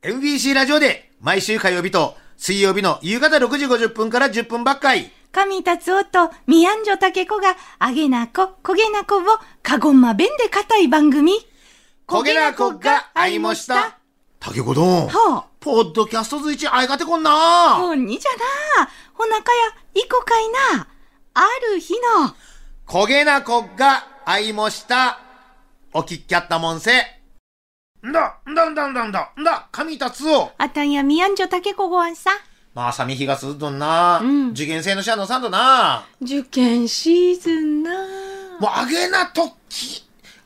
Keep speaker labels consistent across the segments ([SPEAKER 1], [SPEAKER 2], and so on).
[SPEAKER 1] MBC ラジオで毎週火曜日と水曜日の夕方6時50分から10分ばっかり。
[SPEAKER 2] 神達夫とミヤンジョタケコが、あげなこ、こげなこを、かごんま弁で固い番組。
[SPEAKER 1] 焦げなこが会いました。竹子どん。
[SPEAKER 2] ほ
[SPEAKER 1] ポッドキャストずいち会いがてこんな
[SPEAKER 2] う、ほんにじゃな。ほなかや、いこかいな。ある日の、
[SPEAKER 1] 焦げなこが会いました。お聞きゃったもんせ。んだ、んだんだんだんだ、んだ、神達夫。
[SPEAKER 2] あたんやミヤンジョタケコごわんさ。
[SPEAKER 1] まあ、寒い日がすっとんな。
[SPEAKER 2] うん
[SPEAKER 1] 受験生のシャンのさんとな。
[SPEAKER 2] 受験シーズンな。
[SPEAKER 1] もう、あげな時、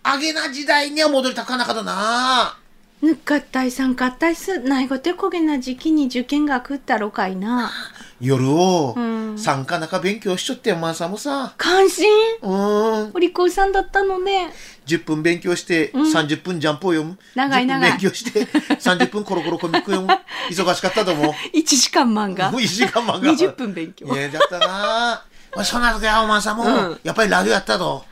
[SPEAKER 1] あげな時代には戻りたくはなかったな。
[SPEAKER 2] ぬっかったいさんかったいす、ないごてこげな時期に受験がくったろかいな。
[SPEAKER 1] 夜を
[SPEAKER 2] う、ん。
[SPEAKER 1] 参加中勉強しちょってよ、まあさんもさ。
[SPEAKER 2] 関心
[SPEAKER 1] うーん。
[SPEAKER 2] お利口さんだったの ね。
[SPEAKER 1] 10分勉強して、
[SPEAKER 2] うん
[SPEAKER 1] 30分ジャンプを読む。
[SPEAKER 2] 長い
[SPEAKER 1] 10分
[SPEAKER 2] 長い
[SPEAKER 1] 勉強して、30分コ ロコロコミック読む。忙しかったと思う。
[SPEAKER 2] 1時間漫画
[SPEAKER 1] もう。1時間漫画。
[SPEAKER 2] 20分勉強。
[SPEAKER 1] ねえ、だったなぁ。そんな時はお前さんも、
[SPEAKER 2] うん
[SPEAKER 1] やっぱりラグやったと。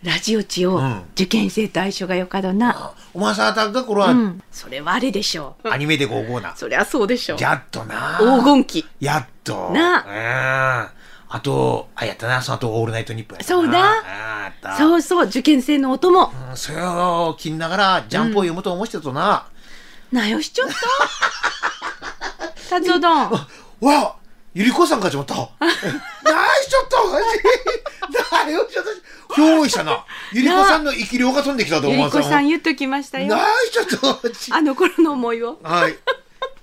[SPEAKER 2] ラジオチを
[SPEAKER 1] うん
[SPEAKER 2] 受験生対象がよかどな。
[SPEAKER 1] お前さんだった頃
[SPEAKER 2] う
[SPEAKER 1] は、
[SPEAKER 2] ん。それはあれでしょう。
[SPEAKER 1] アニメで55な。
[SPEAKER 2] そりゃそうでしょう。
[SPEAKER 1] やっとな
[SPEAKER 2] 黄金期。
[SPEAKER 1] やっと。あ。うん。あと、あ、やったな。その後、オールナイトニッポンやったな
[SPEAKER 2] そうだ
[SPEAKER 1] ああった。
[SPEAKER 2] そうそう、受験生のお供。
[SPEAKER 1] うんそれを聞きながら、ジャンプを読むと思ってたとな。
[SPEAKER 2] なよしちょっと。達 夫どん。
[SPEAKER 1] わあゆりこさんかち思 った。ナイスちょっとマジナイスちょっと憑依したな。ゆりこさんの生き量が飛んできたと
[SPEAKER 2] ゆ
[SPEAKER 1] 思
[SPEAKER 2] り
[SPEAKER 1] わさ
[SPEAKER 2] こさん
[SPEAKER 1] ん。
[SPEAKER 2] 言っときましたよ。
[SPEAKER 1] ナイスちょっとマジ
[SPEAKER 2] あの頃の思いを。
[SPEAKER 1] はい。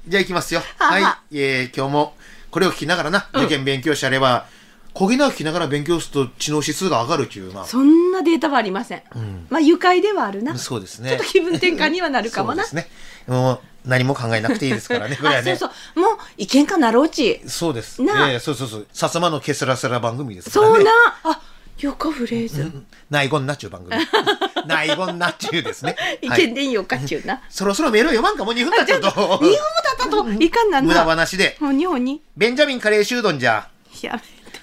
[SPEAKER 1] じゃあ行きますよ。
[SPEAKER 2] は
[SPEAKER 1] はいい。えー今日もこれを聞きながらな、受験勉強してやれば、こげなを聞きながら勉強すると知能指数が上がるっていうな。
[SPEAKER 2] そんなデータはありません。
[SPEAKER 1] ん
[SPEAKER 2] まあ愉快ではあるな。ち
[SPEAKER 1] そうですね。
[SPEAKER 2] ょっと気分転換にはなるかもな。
[SPEAKER 1] そうですね。もう何も考えなくていいです からね、これは
[SPEAKER 2] あ、そ
[SPEAKER 1] ね。
[SPEAKER 2] うそう。もういけんかなろうち。
[SPEAKER 1] そうです。え
[SPEAKER 2] なあ
[SPEAKER 1] えそうそうそう。さすまのケスラスラ番組ですからね。
[SPEAKER 2] そうな。あ、よかフレーズ。
[SPEAKER 1] ないごんなっちゅう番 組。ないごんなっちゅうですね。
[SPEAKER 2] い
[SPEAKER 1] は
[SPEAKER 2] けん
[SPEAKER 1] い。
[SPEAKER 2] でんよかっちゅうな。
[SPEAKER 1] そろそろメールを読まんか、もう2分経っちゃう
[SPEAKER 2] 日本
[SPEAKER 1] と
[SPEAKER 2] 語。だったといかんなん
[SPEAKER 1] 無駄
[SPEAKER 2] だ。
[SPEAKER 1] 話で。
[SPEAKER 2] もう日本に。
[SPEAKER 1] ベンジャミンカレーシュードンじゃ。
[SPEAKER 2] や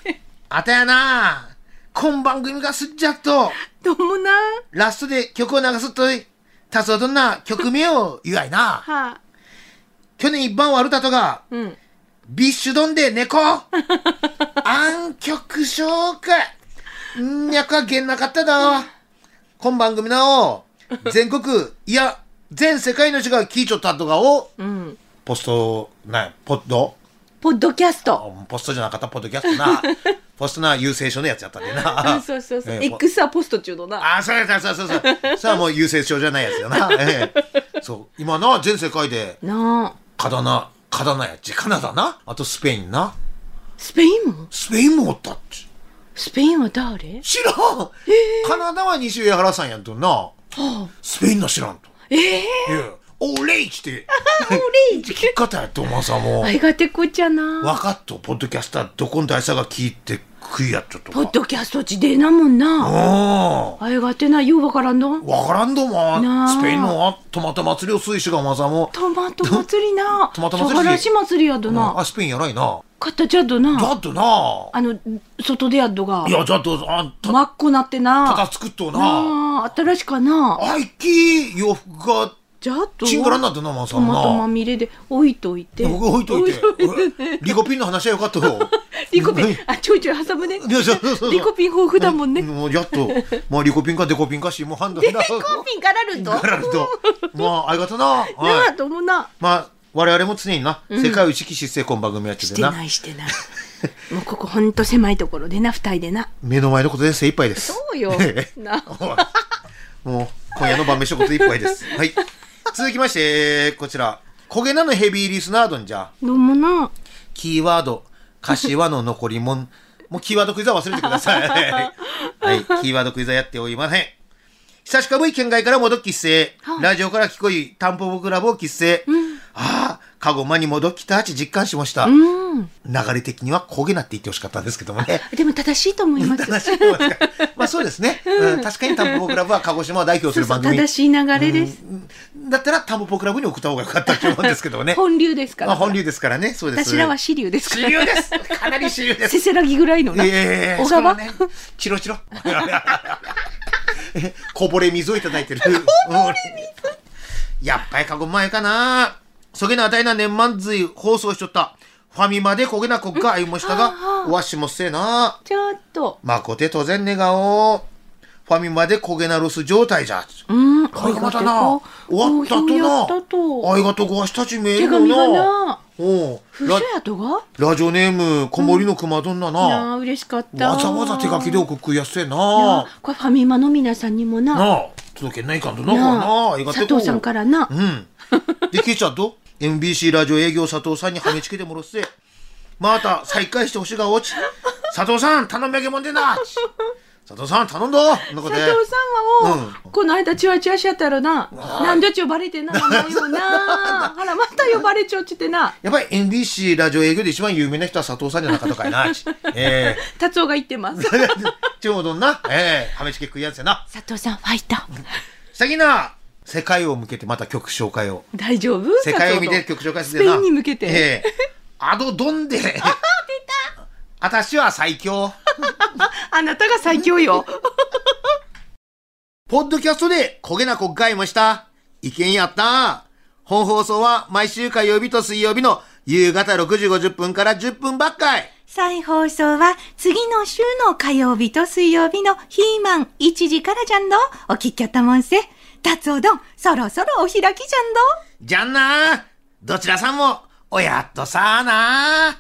[SPEAKER 2] めて。
[SPEAKER 1] あたやなあ。今番組がすっちゃっと。
[SPEAKER 2] どうもな。
[SPEAKER 1] ラストで曲を流すとい、たつはどんな曲名を言わい な。
[SPEAKER 2] はあ。
[SPEAKER 1] 去年一番悪たとが、
[SPEAKER 2] うん。
[SPEAKER 1] ビッシュドンで猫暗曲紹介んー、役はげんなかっただ。今番組なお、全国、いや、全世界の人が聞いちょったとかを、
[SPEAKER 2] うん。
[SPEAKER 1] ポスト、な、ポッド
[SPEAKER 2] ポッドキャスト。
[SPEAKER 1] ポストじゃなかった、ポッドキャスト な。ポストな、優勢書のやつやったんで
[SPEAKER 2] う
[SPEAKER 1] な。
[SPEAKER 2] ん、そうそうそう。
[SPEAKER 1] ええ
[SPEAKER 2] X はポスト中のな。
[SPEAKER 1] ああ、そうやそうそうそうそう。さあもう優勢症じゃないやつよ な。ええ、そう。今な、全世界で、
[SPEAKER 2] なあ。
[SPEAKER 1] カタナ、カタナやっち、カナダな。あとスペインな。
[SPEAKER 2] スペインも
[SPEAKER 1] スペインもおったっち。
[SPEAKER 2] スペインは誰
[SPEAKER 1] 知らん、カナダは西江原さんやんとな。
[SPEAKER 2] はあ。
[SPEAKER 1] スペインの知らんと。
[SPEAKER 2] ええ。
[SPEAKER 1] いや、オレイチって、
[SPEAKER 2] 俺い
[SPEAKER 1] 聞き方やってお前さんも
[SPEAKER 2] あ。いがてこちゃな。
[SPEAKER 1] わかっと、ポッドキャスター、どこの大佐が聞いて食いやっちょっとか。
[SPEAKER 2] ポッドキャストちでなもんな。
[SPEAKER 1] ああ。
[SPEAKER 2] あいがてな、ようわからんの。
[SPEAKER 1] わからんども
[SPEAKER 2] なあ
[SPEAKER 1] ん、スペインのあトマト祭りを推しがお前さんも。
[SPEAKER 2] トマト祭りな。
[SPEAKER 1] トマト祭り
[SPEAKER 2] そがらし祭りやど
[SPEAKER 1] うん
[SPEAKER 2] な。
[SPEAKER 1] あ、スペインやらいな。
[SPEAKER 2] かったちゃど
[SPEAKER 1] だ
[SPEAKER 2] な。
[SPEAKER 1] ってな。
[SPEAKER 2] あの、外でやっどが
[SPEAKER 1] い。や、じゃあどうぞ、あんた、
[SPEAKER 2] 真っこなってな。
[SPEAKER 1] ただ作っとうな。
[SPEAKER 2] ああ、新しかな。
[SPEAKER 1] あいき、洋服が、
[SPEAKER 2] じゃあと。
[SPEAKER 1] チンガラになってんな、マンさ
[SPEAKER 2] ト
[SPEAKER 1] ん
[SPEAKER 2] マト
[SPEAKER 1] も
[SPEAKER 2] ま
[SPEAKER 1] な。
[SPEAKER 2] みれで置いといて。
[SPEAKER 1] 僕置いといて
[SPEAKER 2] 置。
[SPEAKER 1] 俺リコピンの話はよかったよ。
[SPEAKER 2] リコピ
[SPEAKER 1] うん
[SPEAKER 2] ン、あ、ちょいちょい挟むね。
[SPEAKER 1] いやそうそうそう
[SPEAKER 2] リコピン豊富だもんね。
[SPEAKER 1] う
[SPEAKER 2] リ
[SPEAKER 1] もうやっと、まあリコピンかデコピンかし、もう判 断な。デ
[SPEAKER 2] コピンからると。な
[SPEAKER 1] ガラルと。まあ、相方な。は
[SPEAKER 2] あ、
[SPEAKER 1] い。
[SPEAKER 2] ともな。
[SPEAKER 1] まあ、我々も常にな、世界を意識してこん番組やっち
[SPEAKER 2] し
[SPEAKER 1] ゃってて
[SPEAKER 2] な
[SPEAKER 1] な。
[SPEAKER 2] いしてない。もうここほんと狭いところでな、二人でな。
[SPEAKER 1] 目の前のことで精一杯です。
[SPEAKER 2] そうよ
[SPEAKER 1] ええ
[SPEAKER 2] な
[SPEAKER 1] はい もう、今夜の晩飯のこと一杯です。はい。続きまして、こちら。焦げなのヘビーリスナードンじゃ。
[SPEAKER 2] どうもな。
[SPEAKER 1] キーワード、柏の残り もん。もうキーワードクイズは忘れてください。はい、キーワードクイズはやっておりません。久しかぶい県外から戻っきっせ
[SPEAKER 2] はあ。
[SPEAKER 1] ラジオから聞こい、タンポポクラブをきっせ。ああ、カゴマに戻っきたち実感しました。流
[SPEAKER 2] うん。
[SPEAKER 1] れ的には焦げなって言ってほしかったんですけどもね。
[SPEAKER 2] でも正しいと思います。
[SPEAKER 1] 正しいと思いますかまあそうですね。うん確かにタンポポクラブは鹿児島を代表す
[SPEAKER 2] そう
[SPEAKER 1] る
[SPEAKER 2] そ
[SPEAKER 1] 番
[SPEAKER 2] う
[SPEAKER 1] 組。
[SPEAKER 2] 正しい流れです。
[SPEAKER 1] だったらタンポポクラブに送った方が良かったと思うんですけどもね。
[SPEAKER 2] 本流ですか
[SPEAKER 1] まあ
[SPEAKER 2] ら。
[SPEAKER 1] 本流ですからね。そうです。
[SPEAKER 2] 私らは支流です か
[SPEAKER 1] 主
[SPEAKER 2] ら。
[SPEAKER 1] 流 です。かなり主流です。
[SPEAKER 2] せせらぎぐらいのな。
[SPEAKER 1] ええ
[SPEAKER 2] 小川
[SPEAKER 1] それはね、チロチ ロ。 えこぼれ水をいただいてる。こぼれ水やっぱりカゴマヨかなそげなあたいな年満随放送しとった。ファミマでこげなこっがあいもした
[SPEAKER 2] うんはあは
[SPEAKER 1] が
[SPEAKER 2] あ、
[SPEAKER 1] わしもっせえな。
[SPEAKER 2] ちょっと。
[SPEAKER 1] まこて当然願おう。ファミマでこげなロス状態じゃ。
[SPEAKER 2] うん。
[SPEAKER 1] ありがたな。終わったと
[SPEAKER 2] 好評や
[SPEAKER 1] な。
[SPEAKER 2] ったと。
[SPEAKER 1] ありがとうごわしたちめえ
[SPEAKER 2] 手
[SPEAKER 1] る
[SPEAKER 2] 紙が
[SPEAKER 1] のな。
[SPEAKER 2] な。
[SPEAKER 1] おう
[SPEAKER 2] 不
[SPEAKER 1] ラ
[SPEAKER 2] 書やとが。
[SPEAKER 1] ラジオネーム、こもりのくまどんないな。
[SPEAKER 2] やー嬉しかった。
[SPEAKER 1] わざわざ手書きで
[SPEAKER 2] い
[SPEAKER 1] 送くやっせえ
[SPEAKER 2] や
[SPEAKER 1] な。
[SPEAKER 2] これファミマの皆さんにもな。
[SPEAKER 1] なあ、届けないかんとな、これな。ありがて
[SPEAKER 2] 佐藤さんからな
[SPEAKER 1] う。ん。で、ケイちゃんと MBC ラジオ営業佐藤さんにはめちけてもろっせ。また再開してほしが落ち。佐藤さん、頼み上げもんでな。佐藤さん、頼んど。のこ
[SPEAKER 2] 佐
[SPEAKER 1] と
[SPEAKER 2] 藤
[SPEAKER 1] で。
[SPEAKER 2] さんはお、
[SPEAKER 1] う
[SPEAKER 2] この間チワチワしちゃったらな、なんでち呼ばれてな、ないよ な。あら、また呼ばれちょっちってな。
[SPEAKER 1] やっぱり NBC ラジオ営業で一番有名な人は佐藤さんじゃなかったかいな。え
[SPEAKER 2] 達夫が言って ます。
[SPEAKER 1] えちょうどんな、ええはめちけ食いやんせな。
[SPEAKER 2] 佐藤さん、ファイター。
[SPEAKER 1] さきな、世界を向けてまた曲紹介を。
[SPEAKER 2] 大丈夫
[SPEAKER 1] 世界を見
[SPEAKER 2] 佐
[SPEAKER 1] て
[SPEAKER 2] 藤
[SPEAKER 1] 曲
[SPEAKER 2] の
[SPEAKER 1] 紹介す
[SPEAKER 2] ス
[SPEAKER 1] る
[SPEAKER 2] ペ
[SPEAKER 1] で
[SPEAKER 2] イ
[SPEAKER 1] な。
[SPEAKER 2] ンに向けて。
[SPEAKER 1] ええアドドンで。あ、出た私は最強。
[SPEAKER 2] あなたが最強よ。
[SPEAKER 1] ポッドキャストで焦げな国会もした。意見やった。本放送は毎週火曜日と水曜日の夕方6時50分から10分ばっかい。
[SPEAKER 2] 再放送は次の週の火曜日と水曜日のヒーマン1時からじゃんど。お聞きやったもんせ。達夫どん、そろそろお開きじゃんど。
[SPEAKER 1] じゃんなどちらさんも、おやっとさあな